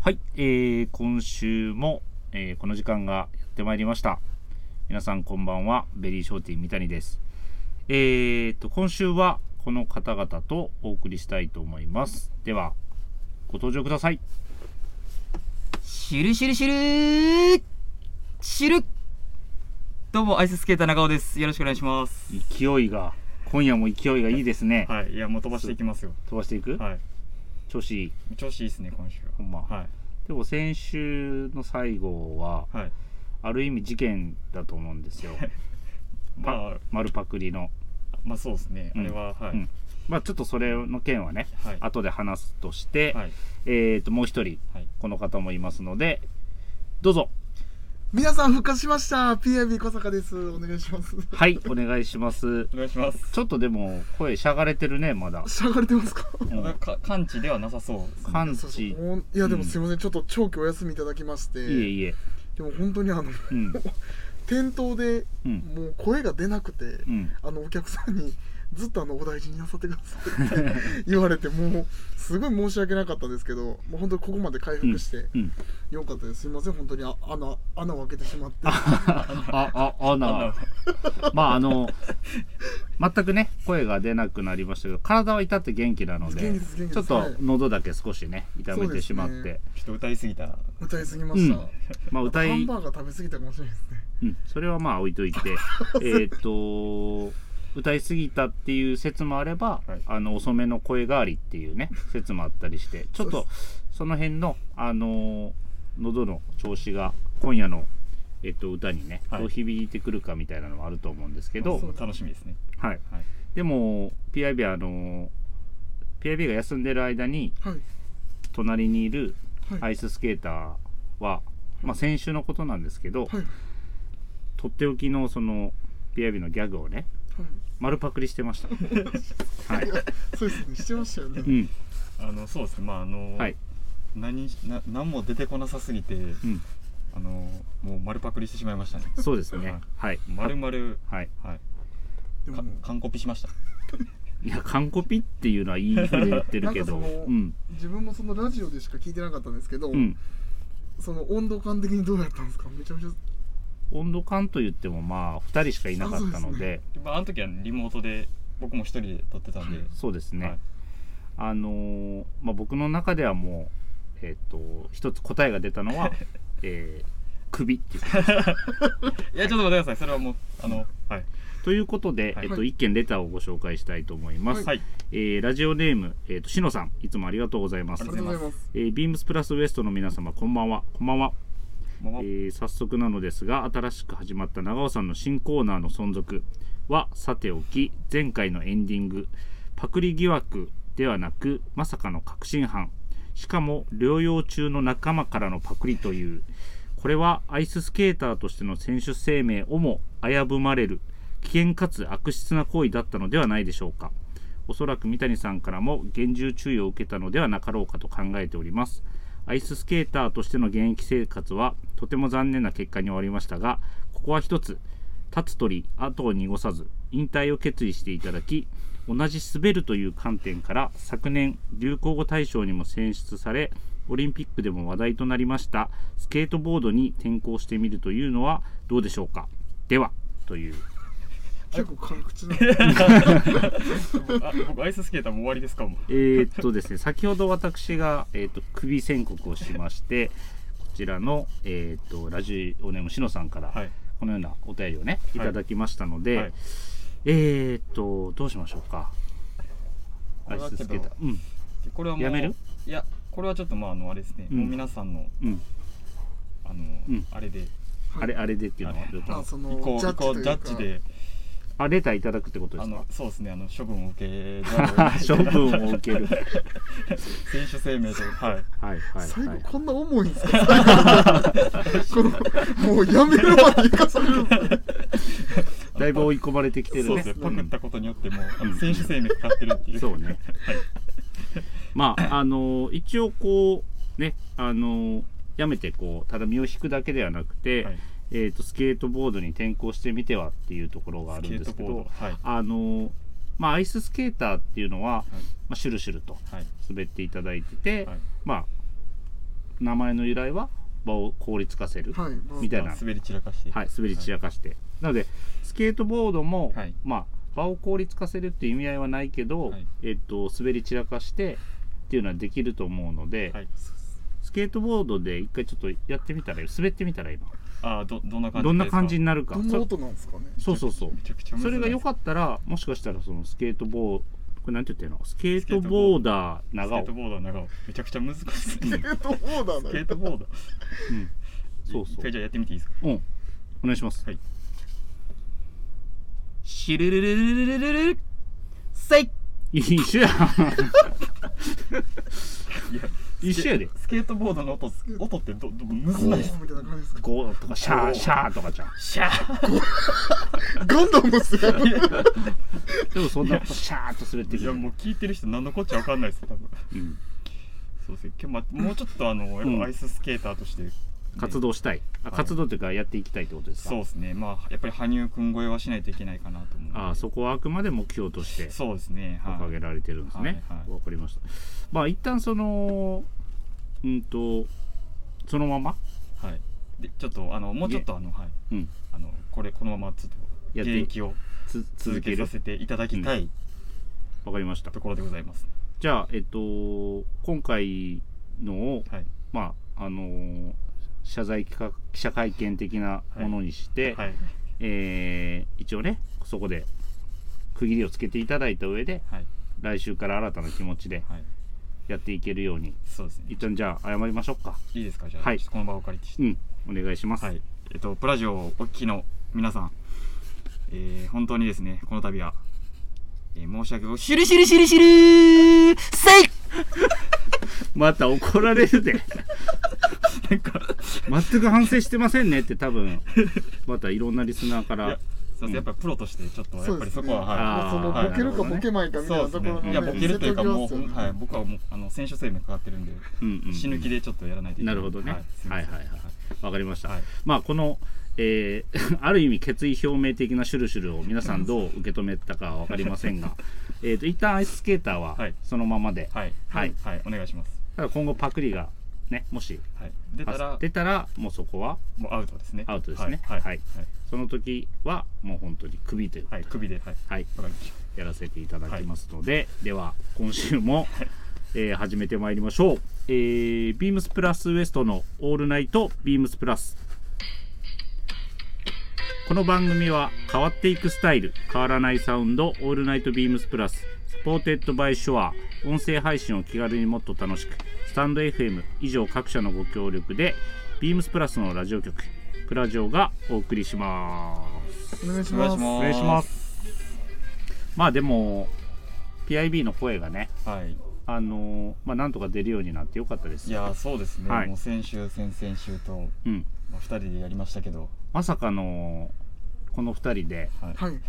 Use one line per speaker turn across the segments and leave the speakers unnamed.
はい、えー、今週も、えーこの時間がやってまいりました。皆さんこんばんは、ベリー商店三谷です。えーと、今週はこの方々とお送りしたいと思います。では、ご登場ください。
シュルシュルシュルシュルどうもアイススケーター中尾ですよろしくお願いします
勢いが、今夜も勢いがいいですね。
はいいやもう飛ばしていきますよ
飛ばしていく、
は
調子いい。
い調子いいですね今週
ほんま。
はは
でも先週の最後は、
いはい
ある意味事件だと思うんで すよ。
まあ
丸パクリの。
まあそうですね、あれははい、
うんまあちょっとそれの件はね、
はい
後で話すとして、
はい
えー、ともう一人
はい
この方もいますのでどうぞ
皆さん復活しました !PIB 小坂です。お願いします。
はいお願いします
お願いします
ちょっとでも声しゃがれてるねまだ、
しゃがれてますか
う
なん
ん、
か完治ではなさそうですね
完治い
おいやで
う
も
ん
すいません、ちょっと長期お休みいただきまして、
えいえ
でも本当にあの、
うん
店頭で
うん
もう声が出なくて、
うん
あのお客さんにずっとあのお大事になさってくださいって言わ れて、もうすごい申し訳なかったですけど、もう本当にここまで回復して
うん
よかったです。すいません、本当にあ穴、穴を開けてしまって。
あああなまああの全くね声が出なくなりましたけど体は至って元気なので
元気です元気
ちょ
で
っ
す
と喉だけ少しね痛めてしまっ
そう
て、
ですね
ちょっと歌いすぎた
歌いすぎました。
うんまあ
あと
歌
ハン
い
バーガー食べ過ぎたかもしれないですね。
うん、それはまあ置 いといてえっと歌いすぎたっていう説もあれば、
はい
あの遅めの声変わりっていうね説もあったりしてちょっ
そう
とその辺のあのー喉の調子が今夜の、えっと、歌にね、
はい
どう響いてくるかみたいなのもあると思うんですけ
ど
ど、
う楽しみですね
はい、
はい
でも PIB あのー PIB が休んでる間に
はい。
隣にいる
はい。
アイススケーターは、まあ、先週のことなんですけど、
はい。
とっておきのその PIB のギャグをね
はい
丸パクリして ました。はい。
そうですね、してましたよね
う。ん。
あのそうですねまああの、
はい。
何な何も出てこなさすぎて
うん。
あのもう丸パクリしてしまいましたね
そうで すね。はい。
丸々
はい。
はい
で
か
も、
完コピしました
いや、完コピっていうのはいいふうに言ってるけど。
なんかその
うん。
自分もそのラジオでしか聞いてなかったんですけど、
うん。
その温度感的にどうやったんですかめちゃめちゃ。
温度感と言っても、まあ、二人しかいなかったので。
まあ、あの時はリモートで僕も一人で撮ってたんで、
そうですね。
はい
あのーまあ、僕の中ではもう、えっ、と、一つ答えが出た のは。えー、首っていう。
いやちょっと待ってくださいそれはもうあのはい
ということで、
はい
えっと、一件レターをご紹介したいと思います。
はい
えーラジオネーム、えっ、と、しのさん、いつもありがとうございま
あ
す
あ
り
り
が
が
と
と
うご
うご
ざ
ざ
いま
いますす。
えービームスプラスウエストの皆様、こんばんは。こんばんは。
もう
えー早速なのですが新しく始まった長尾さんの新コーナーの存続はさておき前回のエンディングパクリ疑惑ではなくまさかの確信犯しかも療養中の仲間からのパクリというこれはアイススケーターとしての選手生命をも危ぶまれる危険かつ悪質な行為だったのではないでしょうかおそらく三谷さんからも厳重注意を受けたのではなかろうかと考えておりますアイススケーターとしての現役生活はとても残念な結果に終わりましたがここは一つ立つ鳥後を濁さず引退を決意していただき同じ滑るという観点から昨年流行語大賞にも選出されオリンピックでも話題となりましたスケートボードに転向してみるというのはどうでしょうかではという
結構辛口な。
あ僕アイススケーターもう終わりですかもう
えーっとですね、先ほど私が、えーっと首宣告をしまして、こちらの、えーっとラジオネームしのさんから、
はい
このようなお便りをね、い
はい
ただきましたので、
はい
えーっと、どうしましょうか。
これは
アイススケーター
け
うん、
これはもう
やめる
いやこれはちょっとまああのあれですね、
うん
もう皆さんの
うん、
あの、
ん
あれで
あれ、あれでっていうのは
あれ
どう
ま
か
あ、そ
移行
の、
移
ジャッジ
行
とい
ジャ
うか
ッジで
あ、レターいただくってことで
あ
すか
の。そうですねあの処分を受けざるを得ない
処分を受 ける。
選手生命とはい
はい、はい、
最
は
後
い。
こんな重いんですか、 このもうやめるまで行かされるんですね
だいぶ追い込まれてきてるね。
そうですねパ
うん
クったことによってもうあ
うん
の選手生命使ってるっていう
そうね。ま あ、あの、一応こう、ね、あの、やめてこう、ただ身を引くだけではなくて、
はい
えっ、と、スケートボードに転向してみてはっていうところがあ
ス
る
ケー
んで
ト
すけ
ボー
ど
ド、はい
あの、まあ、アイススケーターっていうのは、まあ、シュルシュルと
はい
滑っていただいてて、
はい
まあ、名前の由来は場を効率化せる、
はい、まあ
みたいな
滑り散らかして。
はい、滑り散らかして、なのでスケートボードも、
はい
まあ、場を効率化せるっていう意味合いはないけど、
はい
えっと、滑り散らかしてっていうのはできると思うので、
はい。
スケートボードで一回ちょっとやってみたらいい滑ってみたらいい
ああ、ど、どんな
の
感じ
どんな感じ
で
になるか
どんな音なんですかね
そそうそうそう
すかめちゃくちゃ
それが良か
っ
ったらもしかしたらそのスケートボーこれなんて言ってるのスケートボーダー
たスケ
長尾
ートボーダー長尾。めちゃくちゃ難しい。スケ
スケートボーダーなん
ートボーダー。
うん、 そう
一
そう
回じゃあやってみていいですか
うんお願いします、
はい
シュルルルルルルルルルせい
一緒や
いや、
一緒やで
スケートボードの音、音ってど、ど、むず
ゴ
な
ー
いです。
みたいな感じですか
ゴーとかシャーシャーとかじゃん
シャー
ガンダムですよね
でもそんなことシャーっと滑って
い
く
や、
る、
もう聞いてる人何のこっちゃわかんないですよ、多分。
うん、
そうですね。今日、まもうちょっとあの、やっぱアイススケーターとして、
活動したい、あ
はい
活動っていうかやっていきたいってことですか
そうですね。まあ、やっぱり羽生くん超えはしないといけないかなと思う。
ああそこはあくまで目標として
そうですね。はい。
掲げられてるんですね
はいはい
わかりましたまあ一旦そのうんとそのまま
はい。で、ちょっと、あの、もうちょっと、あの、はい。
うん
あの、これ、このまま、ちょっと、
やっ
現
て
役を
つ続
続
け
け
る
させていただきたい
わかりました
ところでございます。
じゃあえっと今回のを
はい。
まああのー謝罪記者記者会見的なものにして、
はい。
えー一応ねそこで区切りをつけていただいた上で
はい。
来週から新たな気持ちで
はい。
やっていけるように
そうですね
一。旦じゃあ謝りましょうか
いいですか、じゃあ、
はい
ちょっとこの場をお借りして
う。んお願いします、
はい、えっと、プラジオをお聞きの皆さん、えー本当にですね、この度は、えー申し訳ご
シュルシュルシュルシュルせい
また怒られるで
なんか、すい
全く反省してませんねって多分またいろんなリスナーから
やませんやっぱりプロとして、ちょっと、やっぱりそこは、
あ
は
まあその
はい
ボケるかボケまい
い。
かみたい
そう
な
です
ところの
ね。
ね
いや、ボケるというか、も
瀬戸際っすよ
う、
ね
はい、僕はもう、あの、選手生命かかってるんで、
うんうん
死ぬ気でちょっとやらないといけない。
なるほどね
はい、すいません
はいはいはいわかりました、
はい
まあこの、えー ある意味決意表明的なシュルシュルを皆さんどう受け止めたかは分かりません がえーと一旦アイススケーターは
はい
そのままで、
はい、
はい
はい、お願いします。
ただ今後パクリがねもし
はい、出たら、
出たらもうそこは
もうアウトですね。
アウトですね
はい、
は
はいい、
その時はもう本当にクビという、
はい、首で、はい、
はい、
わかりまし。
やらせていただきますので、では今週も、えー始めてまいりましょう、えー、ビームスプラスウエストの「オールナイトビームスプラス」この番組は変わっていくスタイル変わらないサウンド「オールナイトビームスプラス」スポーテッドバイショア音声配信を気軽にもっと楽しくスタンド FM 以上各社のご協力でビームスプラスのラジオ局プラジオがお送りします
お願いした
お願いしま
ま
すす。
お願いしますまあでも PIB の声がね
はい。
あのーまあなんとか出るようになってよかったです
いやーそうですね、
はい
もう先週、先々週と、
うん、
まあ、2人でやりましたけど、
まさかのこの2人で
はい、は
はい、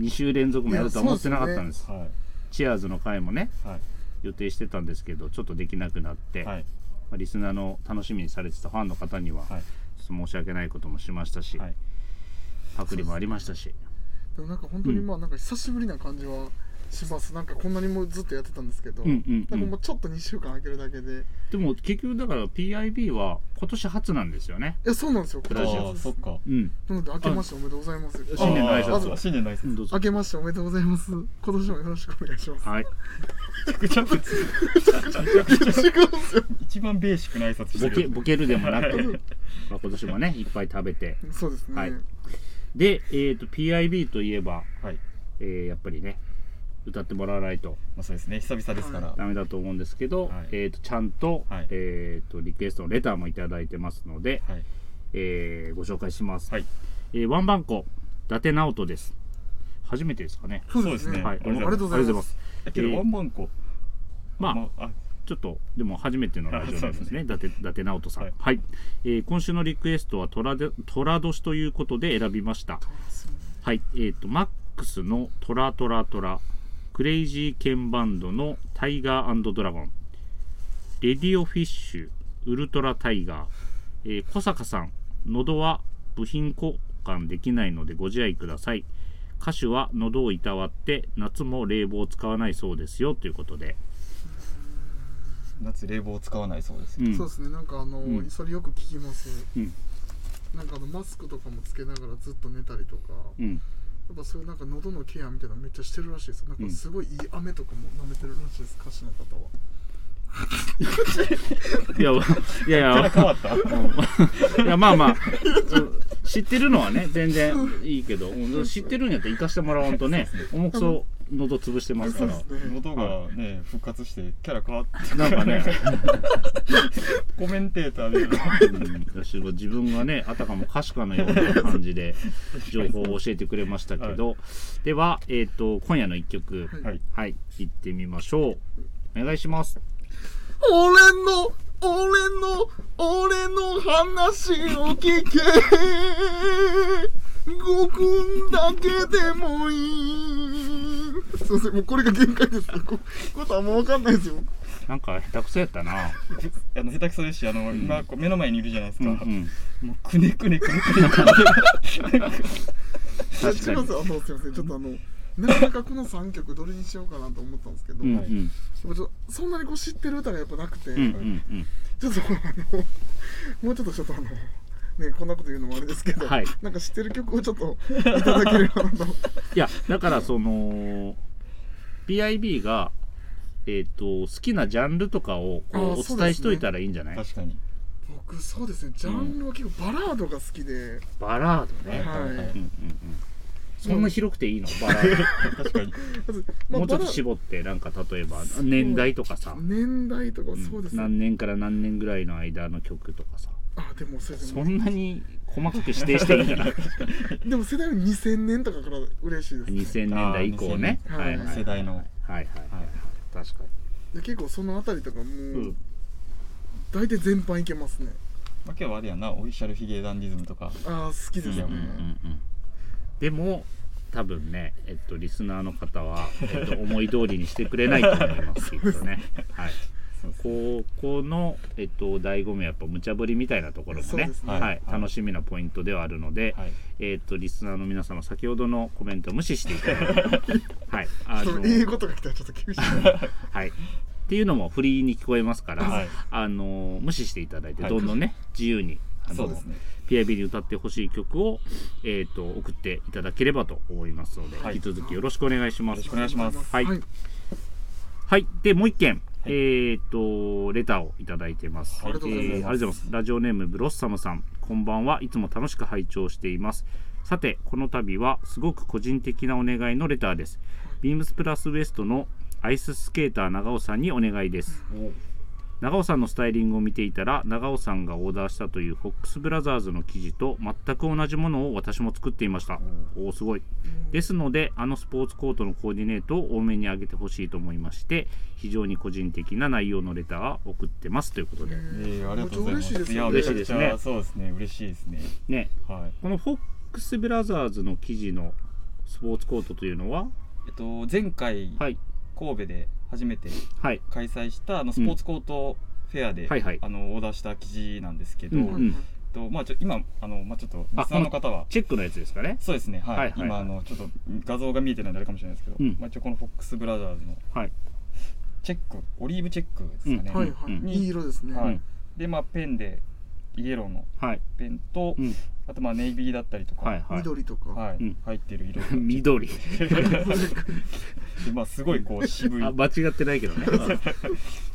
2週連続もやるとは思ってなかったんです
い、
チアーズの回もね
は
予定してたんですけどちょっとできなくなって、
い、はい、
まあリスナーの楽しみにされてたファンの方には、
はい
ちょっと申し訳ないこともしましたし、
はい、
パクリもありましたし
でもなんか本当にまあなんか久しぶりな感じはしますなんかこんなにもずっとやってたんですけど、
うんうんうん
なんかもうちょっと2週間空けるだけでい
でも結局だから PIB は今年初なんですよね
やそうなんですよ
ラジオ
あーそっか。
うん
なので明けましておめでとうございます
新年の挨拶を
あー新年の挨
うん
拶。
どうぞ
明けましておめでとうございます今年もよろしくお願いします
はい
めちゃくちゃ普通、
違うんですよ
一番ベーシックな挨拶して
ボケ
る。
ボケるでもなく
はい
まあ今年もねいっぱい食べて
そうですね、
はいで、えー、と PIB といえば、
はい、ま
えーやっぱりね歌ってもらわないと
あ、そうですね、久々ですから、
ダメだと思うんですけど、
はい
えー、とちゃんと,、
はい
えー、とリクエストのレターもいただいてますので、
はい、
えーご紹介します、
はい、
えーワンバンコ伊達直人です初めてですかね
そうです
そうです
ね
ね
はい
ありが
とうございます
ありがとうござ
だけど、ワンマンコ、
まあ、
あ、あ
ちょっとでも初めてのラジオなんですね、伊達伊達直人さん。は
はいい、
えー今週のリクエストは虎で虎年ということで選びました。はい、えっ、と、マックスのトラトラトラ、クレイジーケンバンドのタイガードラゴン、レディオフィッシュ、ウルトラタイガー、えー小坂さん、喉は部品交換できないのでご自愛ください。歌手は喉をいたわって夏も冷房を使わないそうですよということで
夏冷房を使わないそうですよ、
うん
そうですねなんかあの、
うん
それよく聞きます、
うん
なんかあのマスクとかもつけながらずっと寝たりとか、や
うん
っぱそういうなんか喉のケアみたいなのめっちゃしてるらしいですよなんかすごいいい飴とかも舐めてるらしいです歌手の方は、
いやわいやい や
変わった
うんいやまあまあうん知ってるのはね全然いいけどうん知ってるんやったら行かしてもらわんとね重くそ喉潰してますから
そうですね
元がね復活してキャラ変わって
なんかね、
コメンテーターで
うん、私は自分がねあたかも可視かのような感じで情報を教えてくれましたけど、では、えー、と今夜の一曲
はい
はい
はい行ってみましょうお願いします
俺の俺の俺の話を聞け5分だけでもいいすいませんもうこれが限界ですこことあんま分かんないですよ
なんか下手くそやったな、
あの下手くそですしあの、今こう目の前にいるじゃないです
う
か、
んうん、
もうくねくねくねくねくね
い
確か
や違うん
に
ですよあのすいませんちょっとあのなかなかこの3曲どれにしようかなと思ったんですけど、
うんう
やっ
ん
ぱちょっとそんなにこう知ってる歌がやっぱなくて、
うんうん
ちょっとあのもうちょっとちょっとあのねこんなこと言うのもあれですけど、
はい
なんか知ってる曲をちょっといただければなと
いやだからその PIB がえっ、と好きなジャンルとかをこ
あ
うお
ーそうですね
伝えしといたらいいんじゃない、
確かに
僕そうですねジャンルは結構バラードが好きで、
バラードね、
はい
は
うん
い
うんうん、そんな広くていいのバラード
確かに
まず
もうちょっと
バラ
絞ってなんか例えば年代とかさ、
年代とかそうですね、
何年から何年ぐらいの間の曲とかさ
あでもそうです
そ
ね
んなに細かく指定していいん じゃない
でも世代は2000年とかから嬉しいですね
2000年代以降ね
あー2000
はいはいはい
世代の
はいはいはい確か
で結構そのあたりとかもう、
にうん
大体全般いけますね
まあ、今日はあれやなオフィシャルヒゲダンディズムとか
ああ好きですね、
う
うん
ん
うんでも多分ねえっとリスナーの方は、えっと、思い通りにしてくれないと思い ますきっとねはい
そうで
こ
す
この、えっと、醍醐味はやっぱ無茶ぶりみたいなところも
そう
ね
ですね
はい
はい
楽しみなポイントではあるので、
はい
えっとリスナーの皆様先ほどのコメントを無視していただいて はいあ
ちょっ
の
と英語とか来たらちょっと厳しい
はいっていうのもフリーに聞こえますから、
はい
あの無視していただいて
はい
どんどんね自由にあ
そ
の、
うですね
PIB に歌ってほしい曲を、えー、と送っていただければと思いますので、
はい
引き続きよろしくお願いしま
よろ
す
しくお願いします
はい
はい、
はい。で、もう一件、
はい
えっ、と、レターをいただいてます。
はい
ありがとうございま
えーあ
す
りがとうございます。ラジオネーム、ブロッサムさん。こんばんは。いつも楽しく拝聴しています。さて、この度は、すごく個人的なお願いのレターです。ビームスプラスウエストのアイススケーター長尾さんにお願いです。長尾さんのスタイリングを見ていたら長尾さんがオーダーしたというフォックスブラザーズの生地と全く同じものを私も作っていましたおおーすごいですのであのスポーツコートのコーディネートを多めに上げてほしいと思いまして非常に個人的な内容のレターを送ってますということで
えー、ありがとうございます
めっちゃ嬉しいです
嬉しいです
や
ね
ね
めちゃくちゃそうですね嬉しいですね
ね
はい
このフォックスブラザーズの生地のスポーツコートというのは
えっと前回
はい
神戸で初めて
はい
開催したあのスポーツコートフェアで、
はいはい
あのオーダーした生地なんですけど、
うん
はい
うん
えっとまあ、ちょ今あの、まあ、ちょっと
あ
リスナーの方は
チェックのやつですかね
そうですねはい,、
はいはい
今あのちょっと画像が見えてないんであれかもしれないですけど、
うん
まあ、一応このフォックスブラザーズの
はい
チェックオリーブチェックですかね、
はいはい、
うん
いい色ですね、
はい
うん
でまあペンでイエローの
はい、
ペンと、
うん、
あとまあネイビーだったりとか、
はいはい
緑とか、
はい
うん
入ってる色 で、
緑
まあ、すご いこう渋い、
あ
ま
間違ってないけど ね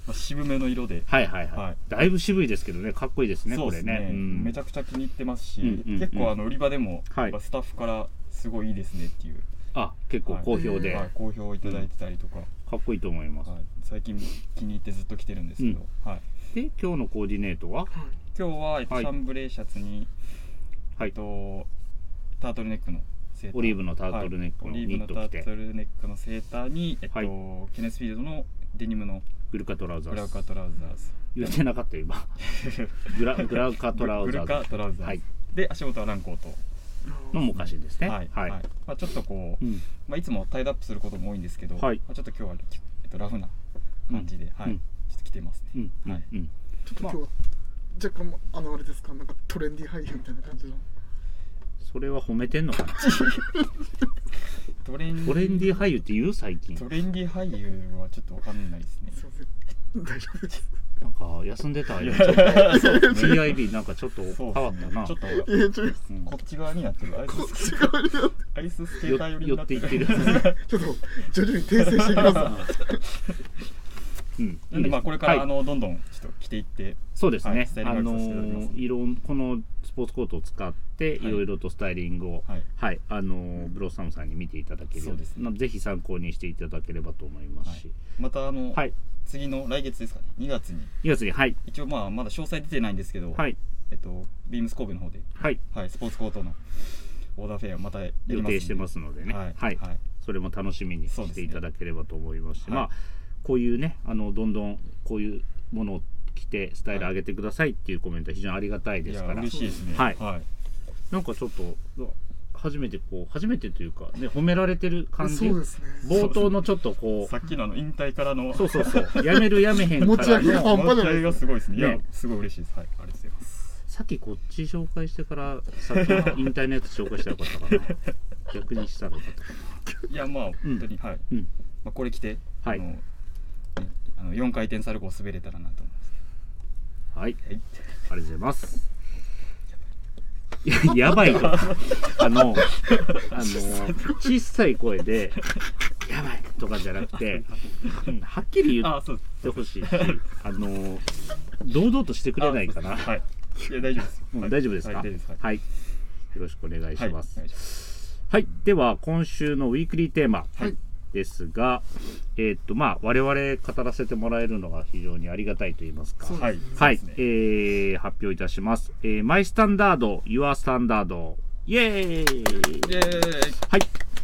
あ、渋めの色で
はいはいはい、
はい
だいぶ渋いですけどねかっこいいですね
そうです
これね、うん
めちゃくちゃ気に入ってますし、
うんうんうん
結構あの売り場でも、
はい
やっぱスタッフからすごいいいですねっていう、
あ結構好評で、
はい、好評をいただいてたりとか、
かっこいいと思います、
はい、最近気に入ってずっと着てるんですけど、はい、
で今日のコーディネートは
今日は、えっと
はい
シャンブレーシャツに、
はい
えっとタートルネックのセーター
オリーブのタートルネックの
はいオリー
ニット
ブの
着
タ
て
ートルネックのセーターに、えっと
はい
ケネスフィールドのデニムの
グルカトラウザ
ブラ
ー
ウ
ズ
カトラウザーズ
言ってなかったよ今グ ラグラウカトラウザ
ブル
ー
カ
ズ
トラウザーズ、
はい
で足元はランコート、
のもおかしいですね
はいはいまあ、ちょっとこう、
うん
まあ、いつもタイドアップすることも多いんですけど、
はい
まあ、ちょっと今日は、えっと、ラフな感じで、はい
うん
ちょっと着てますね、
うんうん、
はい
うん
ちょっと今日は若干あのあれですかなんかトレンディ俳優みたいな感じの
それは褒めてんのかな
トレン
トレンディ俳優って言う最近
トレンディ俳優はちょっとわかんないですね
すいません大丈夫です。
なんか休んでたよ。AIB なんかちょっと変わったな。
ちょっとほら
いや、違います。
うんこっち側になってるアイ
こっ
ス
ち側にあって
アイススケー
よ
ター寄りに
寄
な
っ
って
い
て
っ
る
てる。
ちょっと徐々に訂正していきます。
うん。
なんでまあこれから、
はい
あのどんどんちょっと着ていって
そうです
は
ね
いスタ。イリ
あ
ング
の
アドバイスさせていただきます
ーいろんこのスポーツコートを使ってい
はい
ろいろとスタイリングを
はい
はいあのーブロッサムさんに見ていただけるよ
そうですね
なぜひ参考にしていただければと思いますし。
またあの、
はい。
次の来月ですかね2月に
2月にはい
一応まあまだ詳細出てないんですけど、
はい
えっとビームス神戸の方で、
はい
はい、スポーツコートのオーダーフェアまたやります
予
んで
定してますのでね。
はい、
は
はい
い。それも楽しみに
そう
し
です
て
ね
いただければと思いますし、
はい
まあこういうねあのどんどんこういうものを着てスタイル上げてくださいっていうコメントは非常にありがたい
い、
です
や
から
嬉しいですね
はい
はい
なんかちょっと初めてこう初めてというかね褒められてる感じ
そうですね。
冒頭のちょっとこ
さっきのあの引退からの
う そうそうそうやめるやめへん
持
か
ち上
ら
げが半端じゃない
い
で
が
す
すごいですねいや
ね
すごい嬉しいですはいありがとうございます
さっきこっち紹介してからさっきの引退のやつ紹介したらよかったかな逆にしたらよかったか
いやまあ本当に、はい、
うん
まあ、これ着て、
はい
あのねあの4回転サルコー滑れたらなと思います
なはい
はい
ありがとうございます。いややばいとか、あの、あの、小さい声で、やばいとかじゃなくて、うんはっきり言っ
あそうです
てほしいし、あの、堂々としてくれないかな。
はいいや大丈夫です
う、ん
はい
大丈夫ですか、
はい大丈夫ですはい、
はい。よろしくお願いします。
はいお願いします
はい、では今週のウィークリーテーマ
はい
ですが、えーっとまあ我々語らせてもらえるのが非常にありがたいと言いますか
そう
はい
は
そう
い、
です
え
ね
ー発表いたします、えーマイスタンダード Your スタンダードイエーイ
イエーイ
はい、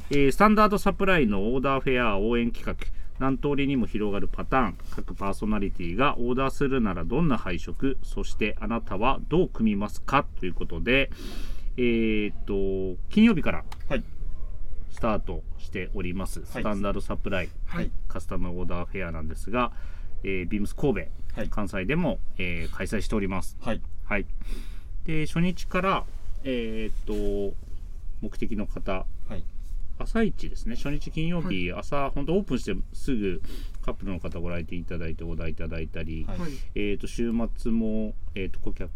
えースタンダードサプライのオーダーフェア応援企画何通りにも広がるパターン各パーソナリティがオーダーするならどんな配色そしてあなたはどう組みますかということでえーっと金曜日から
はい
スタートしております、スタンダードサプライ
はい
カスタムオーダーフェアなんですが、えー、ビームス神戸
はい
関西でも、えー開催しております。
はい
はい、で初日から、えーっと目的の方
はい
朝一ですね初日金曜日、朝本当オープンしてすぐカップルの方ご来店いただいてお題いただいたり、
はい
はい。
えー、と週末も、えー、と顧客、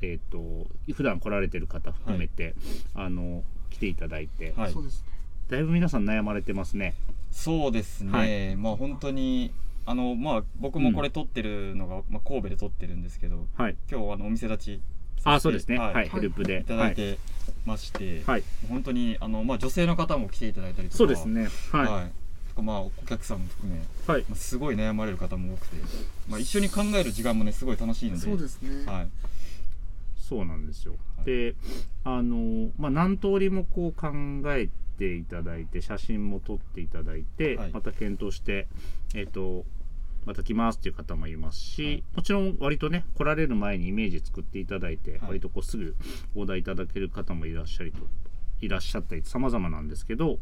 えー、と普段来られてる方含めて、あの来ていただいて、
はい
そうですね。
だいぶ皆さん悩まれてますね。
そうですね、
はい
まあ本当にあのまあ僕もこれ撮ってるのが、まあ、神戸で撮ってるんですけど
はい、
今日あのお店立ち
あそうですね、はい
い、
ヘルプで。
ただいてまして、
はい、はい、
本当にあの、まあ、女性の方も来ていただいたりとか
そうですね、
はい、
は
とかまあお客さんも含め、ま
い、はい、
あ、すごい悩まれる方も多くて、まあ、一緒に考える時間もねすごい楽しいので
そうですね。
はい
そうなんですよ。
はい
であの、まあ、何通りもこう考えていただいて写真も撮っていただいて、
はい
また検討して、えっとまた来ますっていう方もいますし、
はい
もちろん割とね来られる前にイメージ作っていただいて、
い
割とこうすぐお題いただける方もいらっしゃりといらっしゃったり様々なんですけど、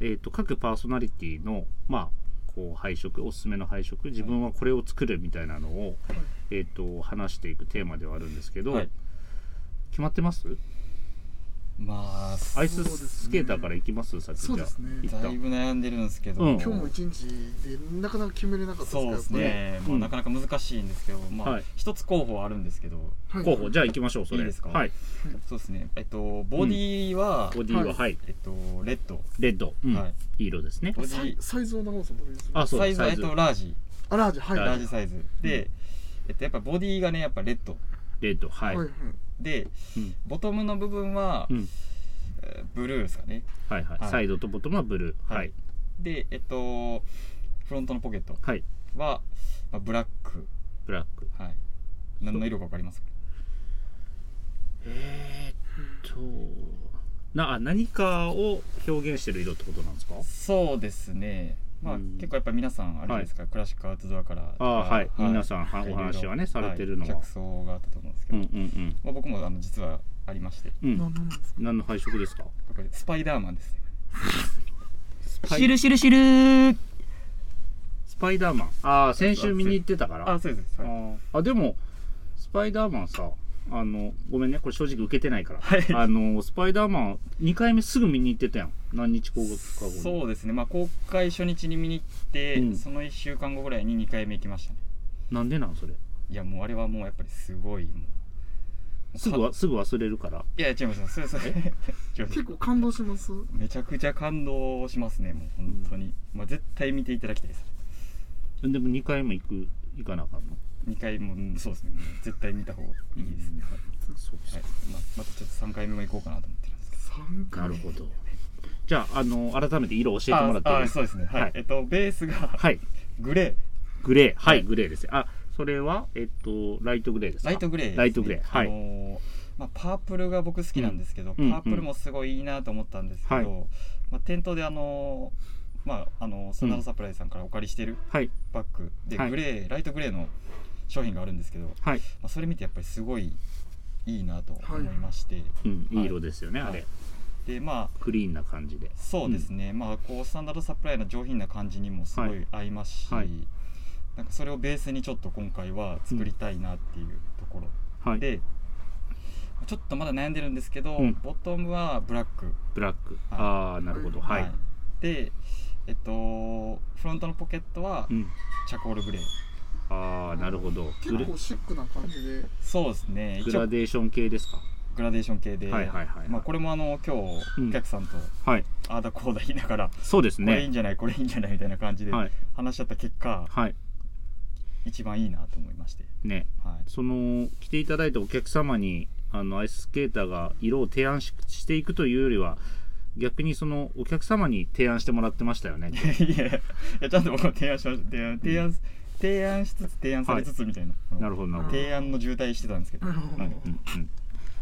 えっと各パーソナリティのまあこう配色おすすめの配色自分はこれを作るみたいなのを、えっと話していくテーマではあるんですけど、
はい
決まってます
まあ
アイ
そ
ス
うですね
スケーターから行きますさっきじ
そう
ゃ
ですね
あ一
だい
旦
ぶ悩んでるんですけど、
うん
今日も一日でなかなか決めれなかったです
そう
から
です
やっ
ね
ぱ、り
ま
う
あ、
ん
なかなか難しいんですけど、まあ
はい
一つ候補はあるんですけど
はい
候補じゃあ行きましょうそれ
いいですか
はい
そうですねえっとボディは、
ボディはは、
はい
えっとレッド、
レッド、うん、
はいい
い色ですね
ボデ
サ
ィ
イサイズを長尾さんどれにする
あそう
サイズは
サ
え
イ
っ
ズ
とラージ
あラージはい
ラ
ラ
ー
ー
ジ
ジサイズで、えっと、やっぱボディがねやっぱレッド
レッドはい、
はいはい
で
うん
ボトムの部分は、
うん
えーブルーですかね
はいはい
はい
サイドとボトムはブルーは
はいいでえっとフロントのポケット
はい
は、まあ、ブラック
ブラック
はい何の色か分かりますか
えー、っとなあ何かを表現してる色ってことなんですか
そうですねまあ、
うん
結構やっぱ皆さんあれですか、クラシックアウトドアから
あーはい皆さんは
はい
お話はねされてるのはい
客層があったと思うんですけ
う
ど、
んうん
まあ、僕もあの実はありまして
うんう
何
ん
なんですか
何の配色ですか
これスパイダーマンですね
はい
しるしるしる
スパイダーマンああ先週見に行ってたから
あそうです、
あ
はい
ーあでもスパイダーマンさあのごめんねこれ正直受けてないから、
はい
あのスパイダーマン2回目すぐ見に行ってたやん何日後か後に
そうですね、まあ、公開初日に見に行って、
うん
その1週間後ぐらいに2回目行きましたね
なんでなんそれ
いやもうあれはもうやっぱりすごいもうもう
すぐ
か
わすぐ忘れるから
いや違いますそれそれ 違います
結構感動します
めちゃくちゃ感動しますねもう本当に、まあ、絶対見ていただきたいです
でも2回も行く行かなあかんの
2回もうんそうですねもう絶対見た方がいいですね、はい
そうです
はいまあ、またちょっと3回目も行こうかなと思ってるんですけど
3
な
回
るほどじゃああの改めて色教えてもらって
あ
いい
あ
ですか
そうですねはい、
はい
えっとベースが
はい
グレ
グレーはい、
はい
グレーですねあそれはえっとライトグレーです
ー
か
ライトグレーですね、
ライトグレーはい
あのーまあ、パープルが僕好きなんですけど、
うんうん
パープルもすごいいいなと思ったんですけど、
はい
まあ、店頭であのーまああのーソナラサプライズさんからお借りしてる
はい
バッグで、
はい
グレーライトグレーの商品があるんですけど、ま
はい、
あ、それ見てやっぱりすごいいいなと思いまして、
うん、いい色ですよね、あ
は
れ
いでまあ
クリーンな感じで
そうですね、まあこうスタンダードサプライの上品な感じにもすご
はい
い合いますし、
はい
なんかそれをベースにちょっと今回は作りたいなっていうところ、
はい
でちょっとまだ悩んでるんですけど、
うん
ボトムはブラック
ブラック、
はい
ああなるほどはい、
でえっとフロントのポケットは
うん
チャコールグレー、
ああなるほどグ
結
レ
構シックな感じで
そうですね
グ
一応
ラデーション系ですか
グラデーション系で、
はいはいはいはい
まあ、これもあの今
うん
日お客さんと
はい
ああだこうだ言いながら、
そうです
これいい
ね
んじゃないこれいいんじゃないみたいな感じで
はい
話し合った結果、
はい
一番いいなと思いまして、
ね
はい、
その来ていただいたお客様にあのアイススケーターが色を提案ししていくというよりは逆にそのお客様に提案してもらってましたよ ね
いやいやちゃんと僕は提案しました提案提案提案しつつ提案されつつみたいな、
なるほどなるほど、
提案の渋滞してたんですけど、
なるほど
は
う
い
んうん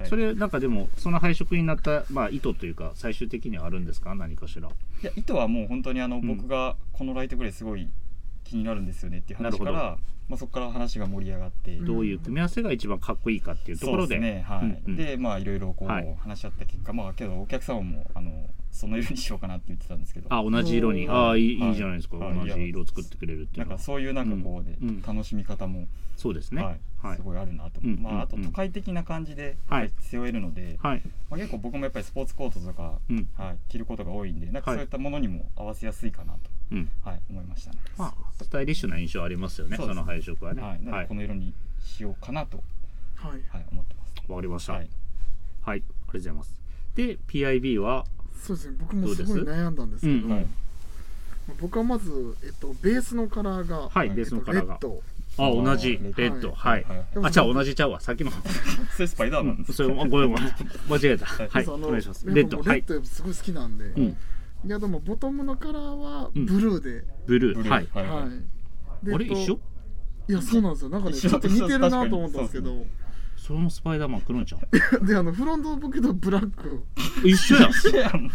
はい
それなんかでもその配色になった、まあ、意図というか最終的にはあるんですか何かしら
いや意図はもう本当にあの、
ん
僕がこのライトグレーすごい気になるんですよねっていう話か
なるほ
ら、まあ、そこから話が盛り上がって、
ん
どういう組み合わせが一番かっこいいかっていうとこ
そう
ろ
で
です
ねはい、
うんうん
でまあいろいろこう、
はい
話し合った結果まあけどお客様もあのその色にしようかなって言ってたんですけど
あ同じ色に
うん
ああいい,、、
はいい
いじゃないですか、
はい
同じ色を作ってくれるってい
な
うんのは
かそういうなんかこうね、
うんうん
楽しみ方も、
そうですね
は
はいい、
すごいあるなと思う、
うん
まあ、あと
うんうん
都会的な感じで
はい
やっぱり背負えるので、
はい
まあ、結構僕もやっぱりスポーツコートとか、
うん
はい、着ることが多いんでなんか
はい
そういったものにも合わせやすいかなと、
うん
はい思いましたね。
まあ、スタイリッシュな印象ありますよね
そ
そう
ですね
の配色はね
はい、なの
は
で
い
この色にしようかなと、
はい
はい、思ってます。
わかりました。
は
はいい、、ありがとうございます。で、PIB は、
そうですね僕も
どう
す
です
ごい悩んだんですけ
う
ど、
ん
はい
僕はまず、えっと、ベースのカラーが、
はい、
はい
ベー
えっ
ス
と、
の
レ
カラー
ッ
が。
ド
あ、同じ、
レッド
レッド、
は
はい
はいはい。
でも
あ、じゃあ同じちゃうわ、先の。
それスパイダーマンです。
それ、ごめん、ごめ ん、間違えた。
はい
はい、
そ
お
の
願いします。
やっ
レッ
ぱ
ド、
もう
は
レ
い
ッ。ドすごい好きなんで、
うん、
いやでもボトムのカラーは
うん
ブルーで、
ブル
ブ
ー、
ルー
はい。
はい
はい、で
あれ、
えっと
一緒。
いやそうなんですよなんかね
一緒
ちょっと似てる
一緒
なと思ったんですけ
確
ど
そのスパイダーマン、くるんちゃ ん。
であのフロントのポケットブラック
一緒やん。
いやも
いや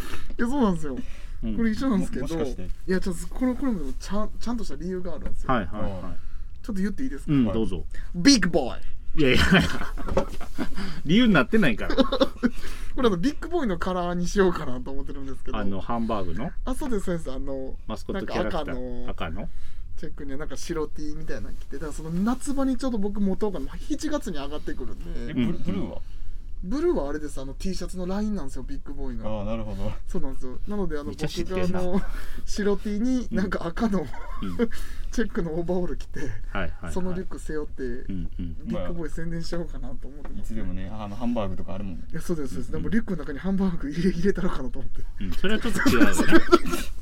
そうなんですよ
うん
これ一緒なんですけ
も
ど、
もしかして
いやちょっとこれこれもちゃんちゃんとした理由があるんですよ、
はい、はい、は
ちょっと言っていいです
い。
か、
うん、どうぞ。
ビッグボーイ
いやいや。 理由になってない から。
これあのビッグボーイのカラーにしようかなと思ってるんですけど
あの、ハンバーグの
あそうですそうですあの
マスコットキャラクタ
なんか赤
ー。
の
赤の。
チェックにはなんか白 T みたいなの着てだからその夏場にちょっと僕持とうかな7月に上がってくるん
え
で、
ブルブルーは、
ブルーはあれですあの T シャツのラインなんですよビッグボーイの
ああなるほど。
そうなんですよなのであの
めっ
僕
ちゃ知って
があ
んな
の白 T になんか赤の、
ん
チェックのオーバーオール着て、
はい、はい。
そのリュッ
はい
ク背負って、
うん、うん。
ビッグボーイ宣伝しようかなと思って
い
ます
つでもねあのハンバーグとかあるもんね。
いやそうですそうです、でもリュックの中にハンバーグ入れ入れたのかなと思って
うん、それはちょっと 違うよね。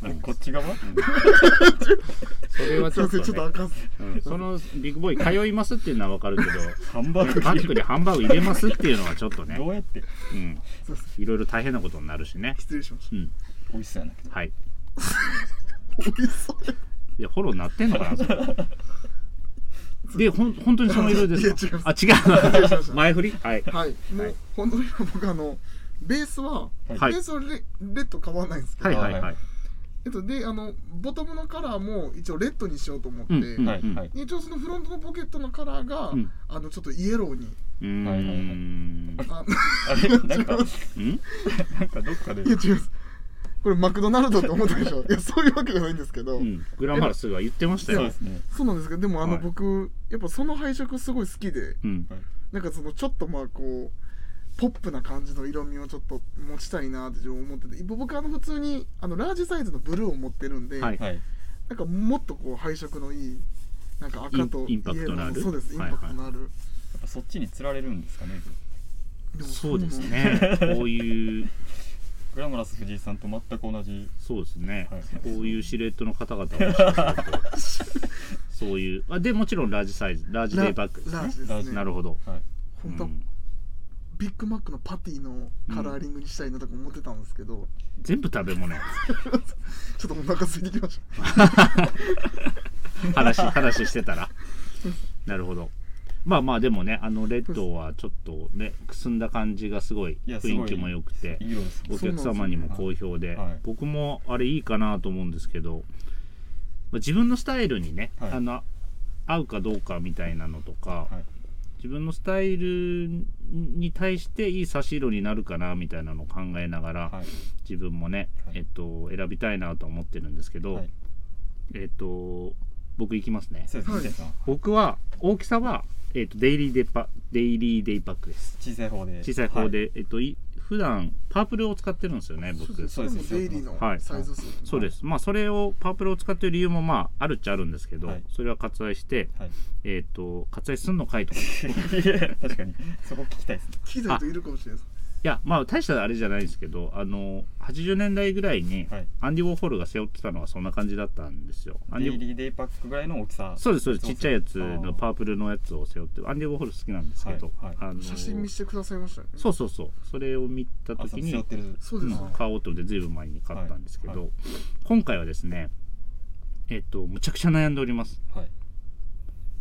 うん
こっち側？
それは
す
ちょ
い
っと、
ませんちょっと
ね
あ。かんっす
うんそのビッグボーイ通いますっていうのはわかるけど、
ハンバーグ
パック
入
にハンバーグ入れますっていうのはちょっと
れるど
ね、
うやって？
うん、
そうです
いろいろ大変なことになるしね。
失礼しまし
うん、
美味しそうやなけど。
はい。
た美味し そう
いや、フォローなってんのかな、それ。で、ほん、本当にその色で
いや
す
違い
か。
ま
あ、違う
す
の。前振り。はい。
はいもう本当に僕あのベースは、
はい
ベースはレレッド変わらないんですけど、
はい、はい、はい。
えっと、であのボトムのカラーも一応レッドにしようと思って、
うんうん
はいはい。
一応そのフロントのポケットのカラーが、
うん
あのちょっとイエローに
うーん。
はいはいはい
あ
あれなんか
うん。
なんかどっかで
いや違いますこれマクドナルドって思った でしょいやそういうわけじゃないんですけど、
うん。グラマラスが言ってました
そうで
よ。
すね。
そうなんですけどでもあの、
はい
僕やっぱその配色すごい好きで
うん。
なんかそのちょっとまあこうポップな感じの色味をちょっと持ちたいなって自分思ってて僕あの普通にあのラージサイズのブルーを持ってるんで、
はい
はい。
なんかもっとこう配色のいいなんか赤と
インインパクトのある
イエローそうですインパクトのある、
やっぱそっちに釣られるんですかね。
でも
そうです
なの
ね。こういう、
グラマラス藤井さんと全く同じ。
そうですね。
はい
こういうシルエットの方々はもしかしたらこう、そういう、あでもちろんラージサイズ、ラージデイバッグです
ラー
ね。
ジで
ラー
す
ジ
ね
なるほど。
はい。
本当、
うん
ビッグマックのパティのカラーリングにしたいなとか思ってたんですけど、
全部食べ物や。
ちょっとお腹空いてきました
話、 話してたら。なるほど。まあまあでもね、あのレッドはちょっとね、くすんだ感じがすごい
いやす
雰
ご
囲
い
気も良くて。
いい色ですね。
お客様にも好評で
はい
僕もあれいいかなと思うんですけど、まあ自分のスタイルにね、
はい
あの合うかどうかみたいなのとか、
はい
自分のスタイルに対していい差し色になるかなみたいなのを考えながら、
はい。
自分もね、
は
え
い
っと、選びたいなと思ってるんですけど、
はい
えっと僕いきますね
そうですね。藤井さん。
僕は大きさは、えっと、デイリーデパデイリーデイパックです
小さい方で。
小さい方で、えっとい普段パープルを使ってるんですよね僕
そうですね
れもデイリーの
はい
サイズ数、
そうです、まあ、それをパープルを使ってる理由もまああるっちゃあるんですけど、
はい
それは割愛して、
はい。
えっと割愛すんのかいとかい
はい。いや確かに。そこ聞きたいですね。
聞いた人いるかもしれないです
やまあ大したあれじゃないですけどあの80年代ぐらいに
はい。
アンディ・ウォーホルが背負ってたのはそんな感じだったんですよ。アン
デ
デ
イ
ィ
リーデイパックぐらいの大きさ。
そうですそうですちっちゃいやつ
あ
の
ー
パープルのやつを背負ってアンディ・ウォーホル好きなんですけど、
はいは
あの
写真見せてくださいましたよね
そうそうそうそれを見た
あそ
時
の背負
に
ってる。
そうです、
うん買おうと思ってずいぶん前に買ったんですけど、
はいは
今回はですねえっとむちゃくちゃ悩んでおります。
はい。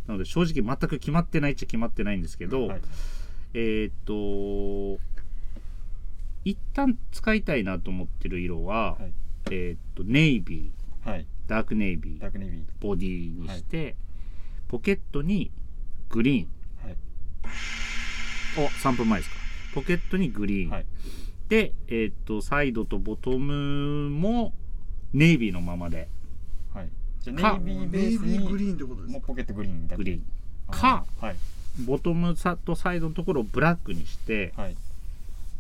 なので正直全く決まってないっちゃ決まってないんですけど、
はい。
えーっと一旦使いたいなと思ってる色は、
はい
えーっとネイビ
はい。
ーダークネイビ
ダ
ー
ークネイビー。
ボディにして、ポケットにグリ
はい。
ーンお3分前ですかポケットにグリーン、
はい
で、えーっとサイドとボトムもネイビーのままで
はい。じゃ
か
あネイビーベ
ネイ
ース
ビーグリ
に。
ーンってことです
もう
か
ポケットグリーンだけ
グリーン
あー
か
はい
ボトムさとサイドのところをブラックにして、
はい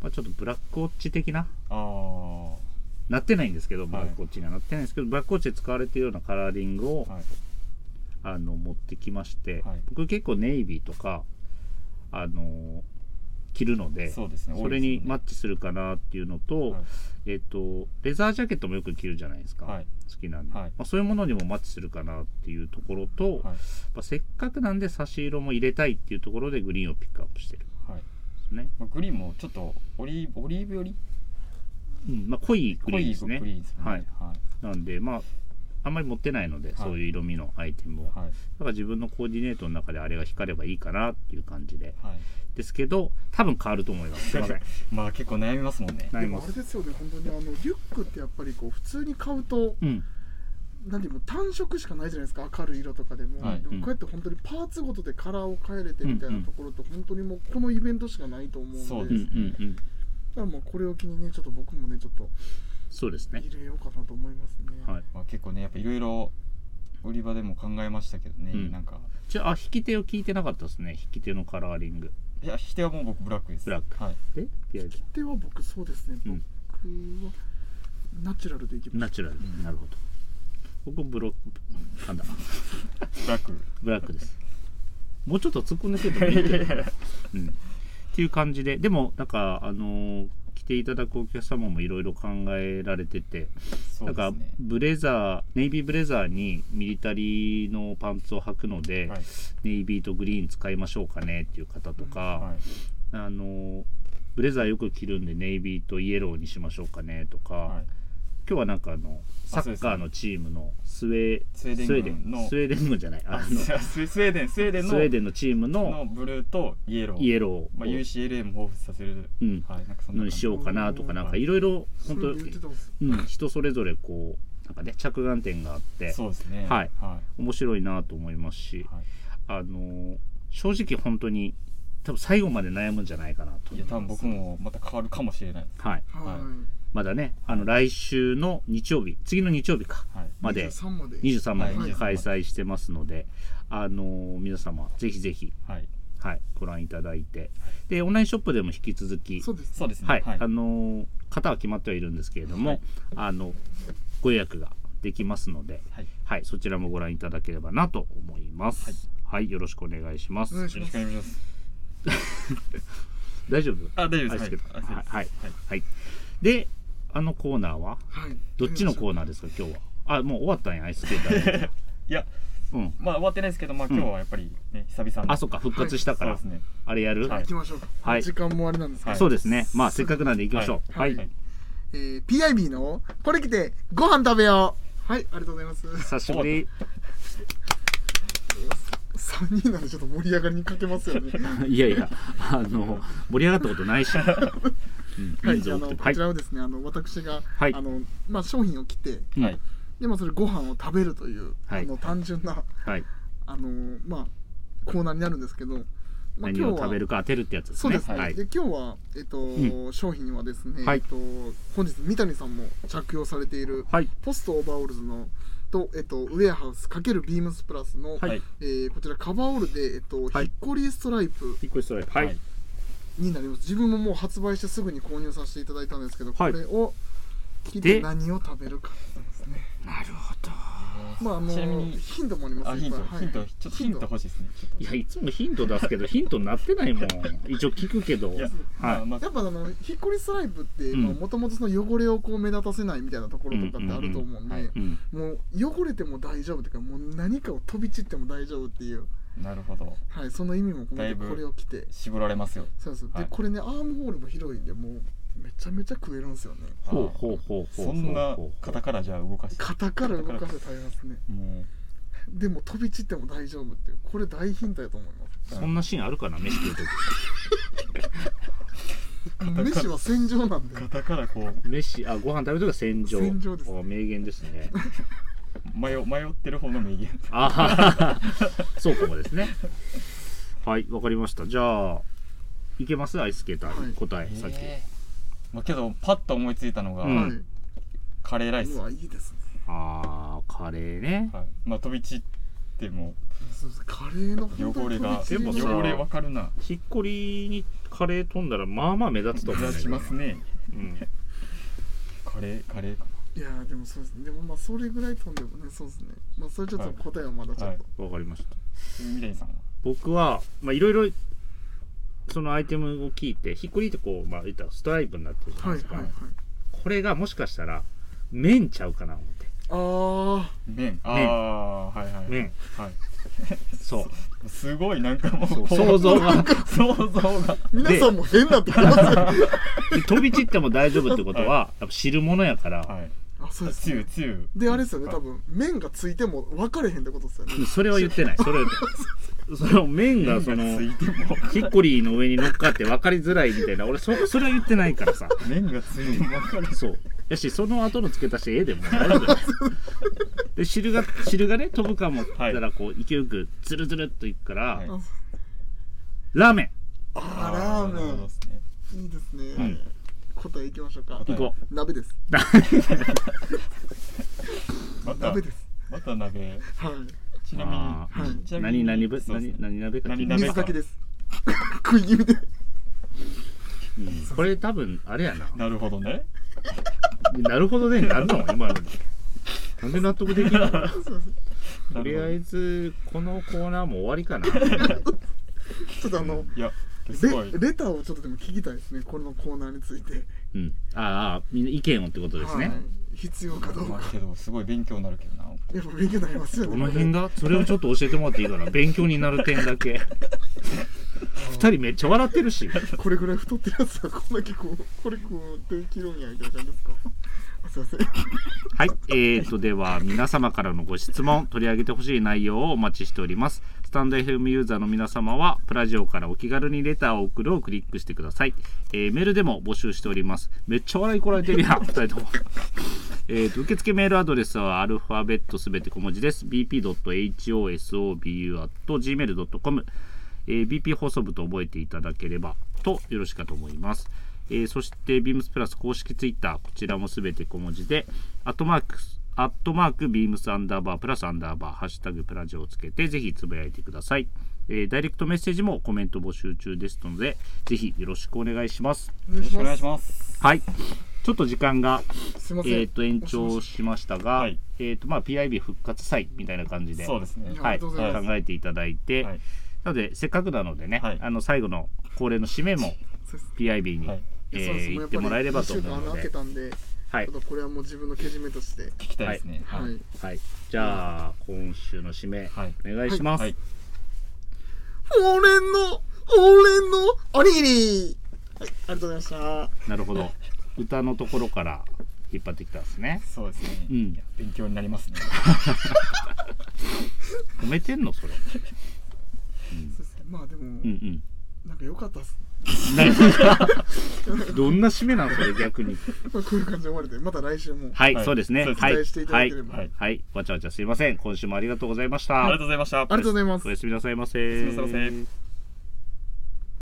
まあ、ちょっとブラックウォッチ的な
あー
なってないんですけど、ブラ
はい
ックウォッチにはなってないんですけど、ブラックウォッチで使われてるようなカラーリングを、
はい
あの持ってきまして、
はい
僕結構ネイビーとか、あのー着るので
そうですね
それにマッチするかなっていうのと、
はい
えっ、とレザージャケットもよく着るじゃないですか、
はい
好きなんで、
はい
まあ、そういうものにもマッチするかなっていうところと、
はい
まあせっかくなんで差し色も入れたいっていうところでグリーンをピックアップしてるんで
はい、
すね、
まあ、グリーンもちょっとオリーブオリーブより
うんまあ、濃いグ
濃
リーン
い
です
グリ
ね
ーンですね
はいなんでまああんまり持ってないので、
い
そういう色味のアイテムを、
はい
だから自分のコーディネートの中であれが光ればいいかなっていう感じで
はい
ですけど多分変わると思い ますすいません
まあ結構悩みますもんね
悩
で
み
も
ま
あれ
す
ですよね本当にあのリュックってやっぱりこう普通に買うと
うん
何でも単色しかないじゃないですか明るい色とかでも,、
はい
で
う
も
ん
こうやって本当にパーツごとでカラーを変えれてみたいなところって本当にもうこのイベントしかないと思うんで
そ
う
う
んう
ですね
んうん
だからもうこれを機にねちょっと僕もねちょっと
そうですね
入れようかなと思いますね、
はい
まあ、結構ねやっぱいろいろ売り場でも考えましたけどね、
うん
なんか
じゃああ引き手を聞いてなかったですね引き手のカラーリング
いや引き手はもう僕ブラックです
ブラック
はい
でピアリ
では僕そうですね
う
僕
ん
はナチュラルでいきま
ナ
す、
チュラル、
ん
なるほど僕ブロックなんだ
ブラック
ブラックですもうちょっと突っ込んでくれてもいいけどな、うん、っていう感じででもなんかあのー来ていただくお客様もいろいろ考えられてて、
そ
なん
うで
か
すね
ブレザーネイビーブレザーにミリタリーのパンツを履くので、
はい
ネイビーとグリーン使いましょうかねっていう方とか、
はい
あのブレザーよく着るんでネイビーとイエローにしましょうかねとか、
はい
今日はなんかあのサ
あそう
ッ
ですね
カーのチームのスウェ
スウェーデ
ス
ン
ウェーデ
軍
ン
の
スウェーデン軍じゃないあ
あ
のス
スススウェーデンスウェーデンの
ウェーデンのチーム
の
の
ブルーとイエロー
イエロー
ま
を
あ、UCLA も彷彿させる、
うん
はいなんかそん
の
な感
に
じ
しようかなとかなんかいろいろ本当
それで言ってたんですよ
うん人それぞれこうなんかね着眼点があって
そうですね
はい
は
面白いなと思いますし
い、は
あの正直本当に多分最後まで悩むんじゃないかなと
い、いや多分僕もまた変わるかもしれないです
はい
はい、
は
まだねあの来週の日曜日次の日曜日か
はい
まで
23まで
23まで
はい
開催してますので、あの皆様ぜひぜひ
はい
はい、ご覧いただいてでオンラインショップでも引き続き
そうです
そうですね。
はい、あのー型は決まってはいるんですけれども、
はい
あのご予約ができますので、
はい
はい、そちらもご覧いただければなと思います。はい、よろしくお願いします。
お願いし
よ
ま
ろしく
す
お願いします。
大丈夫
あ、大丈夫
はい
です。はい。
はいはい
はい
はい。で、あのコーナーは
はい
どっちのコー
ー
ナーですか今日は？あ、もう終わったんやアイスケーター。
いや、
うん。
まあ終わってないですけど、まあ
うん
今日はやっぱりね、久々の。
あ、そっか復活したか
そう
ら、
ですね。
あれやる、
は
行きましょうか、
はい
時間もあれなんですけど、
はい
そうですね。まあせっかくなんで行きましょう。は。
はいいえー、PIB のこれ来てご飯食べようはいありがとうございます
久しぶり。
3人なんでちょっと盛り上がりに欠けます よね
いやいや、あの盛り上がったことないし。うん
はい
人数多
あ
く
の
て
こちらをですね、あの私が、
はい
あのまあ、商品を着て
うん
はい。
でもそれご飯を食べるという、
はい
あの単純な
はい。
あのまあコーナーになるんですけど、まあ、
何を食べるか当てるってやつですね。
そうですね、
はい。
で今日は、えっと
う
商品はですね、
はい
えっと、本日三谷さんも着用されている
はい。
ポストオーバーオールズのと、えっと、ウェアハウス×ビームスプラスの、
はい。
えーこちらカバーオールで、えっと
はい
ヒッコリーストライプ
ピッコリストライプ。はい。
になります自分ももう発売してすぐに購入させていただいたんですけど、
はい
これを着
で
て何を食べるかですね
なるほど。
まああの
ちなみに
ヒントもあります
あ、ヒント、
いっぱい
ヒント、
はい
ちょっとヒント欲しいですね。ちょっと
いや、いつもヒント出すけど、ヒントになって ないもん。一応聞くけど。
い
は
や、
い
まあまあ
やっぱあのヒッコリストライプって
うん
もともとその汚れをこう目立たせないみたいなところとかってあると思うん
うんうんうんはい
で
うん。
もう汚れても大丈夫っていうかもう何かを飛び散っても大丈夫っていう、
なるほど。
はい、その意味も込
だ
め
い
て
ぶ
これを着て
絞られますよ。
そうそう
は
で
い
これねアームホールも広いんでもうめちゃめちゃ食えるんですよね
ほうほうほうほう。
そん
ほ
な
うほう
肩からじゃあ動かして。
肩から動かせ食べますね
もう。
でも飛び散っても大丈夫っていうこれ大ヒントやと思います
そんなシーンあるかな、飯食うと
飯は戦場なんで
肩からこう
き。飯、あ、ご飯食べるとか戦場。
戦場ですね
お名言ですね。
迷迷ってる方の名言
あはは。そうかもですね。はい、わかりました。じゃあ。いけますアイスケーター、
はい
答え、さっき。
まあけどパッと思いついたのが、
うん
は
カレーライ
い
ス、
う
は
わいいですね
あー、カレーね。
い、まあ飛び散っても
そうですカレーの本当
汚
に
れ
飛び
が
散
で
り
も
ます
さ
汚れわかるな
ひっこりにカレー飛んだら、まあまあ目立つと
目
思う、
立ちます。ね
うん。
カレーカレーか
いやーでもそうですねでもまあそれぐらい飛んでもねそうですねまあそれちょっと答えはまだちょっと
わかりました。
なみたいさんは
僕はまあいろいろそのアイテムを聞いてひっくりってこうまあ言ったらストライプになってるじゃない
はい
ですか、
はいはい
これがもしかしたら麺ちゃうかな思って
あー
麺ああーはいはい、
麺
はい、
そう
すごいなんかもう
そう想像が
想像が
皆さんも変なってことますよ
で飛び散っても大丈夫ってことは、やっぱ汁物やから、
はい
あそうです
つゆつゆ
であれですよね
はい
多分麺がついても分かれへんってことですよね
それは言ってないそれはその麺が
麺
そ
が
の
ついても
ヒッコリーの上に乗っかって分かりづらいみたいな俺そそれは言ってないからさ
麺がついても分かる
そう。やし、その後の付け足し、ええでもう大丈 夫だよで、汁が、汁がね、飛ぶかもったら、こう、勢いよく、ズルズルっといくから、
はい
ラーメ
あーラー
なるほど
メ
ですね
ンいいですね、
ん
答えいきましょうか
答
ン、
え
行こう。
鍋です
また
鍋です
また鍋
はい
ちなみに
あー
はい
ちなみ
何、
に
何ぶ、
そうですね
何、何鍋か聞いて
何鍋
水だけです 食い気味で
うんこれ多分、あれやな。
なるほどね
なるほどね、なる の今のに。なんで納得できんのと
すいません
りあえず、このコーナーも終わりか な。
ちょっとあの、
いやすごい
レレターをちょっとでも聞きたいですねこのコーナーについて
うん。ああ、みんな意見をってことですね。
はい、必要かどう
ま
か
あけどすごい勉強になるけどな
やっぱ勉強になりますよね
どの辺がそれをちょっと教えてもらっていいかな勉強になる点だけ 二人めっちゃ笑ってるし
これぐらい太ってるやつはこんだけ こうこれこうできるんやみたいな感じですかあすいません
はい、えー、とでは皆様からのご質問取り上げてほしい内容をお待ちしておりますスタンド FM ユーザーの皆様はプラジオからお気軽にレターを送るをクリックしてください、えーメールでも募集しておりますめっちゃ笑いこられてるやん2人ともえーと受付メールアドレスはアルファベットすべて小文字です bp.hosobu.gmail.com えー BP 放送部と覚えていただければとよろしいかと思います。えーそして、ビームスプラス公式ツイッター、こちらもすべて小文字で、アットマーク、アットマーク、ビームスアンダーバー、プラスアンダーバー、ハッシュタグプラジオをつけて、ぜひつぶやいてください。えーダイレクトメッセージもコメント募集中ですので、ぜひよろしくお願いします。
お願い
ろし
し
くお願
ま
いし
す
ます。
はい。ちょっと時間が、
すいません
えっ、と、延長しましたが、
はい
えっ、と、まあ、PIB 復活祭みたいな感じで、
そうですね。
いや
は
あ
い、
りがと
考
うございます
えていただいて、
はい
なので、せっかくなのでね、
はい
あの、最後の恒例の締めも
そうです
PIB に、
はい
え
いやそうです
ー行ってもらえればと思
や
う
っぱり一週間穴
の
開
で
け、たんで、
はい
ちょ。っとこれはもう自分のけじめとして、
聞きたいですね。
はい。
はい。
はい、じゃあ、今週の締め、
はい
お願いします。
はい。
俺の、俺のおにぎりはい、ありがとうございました。
なるほど。歌のところから引っ張ってきたんですね。
そうですね。
うん
いや勉強になりますね。
褒めてんのそれ。
そうですね。まあでも、
うん
なんか良かったっす。
うん。なん どんな締めなんそれ逆に。
まあこういう感じで終われて、また来週も
はい、
はい
そうですね。
そうです
は
期
い
待していた
は
だけ
い
れば。
はい
はい、わちゃわちゃすいません。今週もありがとうございました
ありがとう。ございました。
ありがとうございます
お。やすみなさいま
おやすみなさいませ
せ。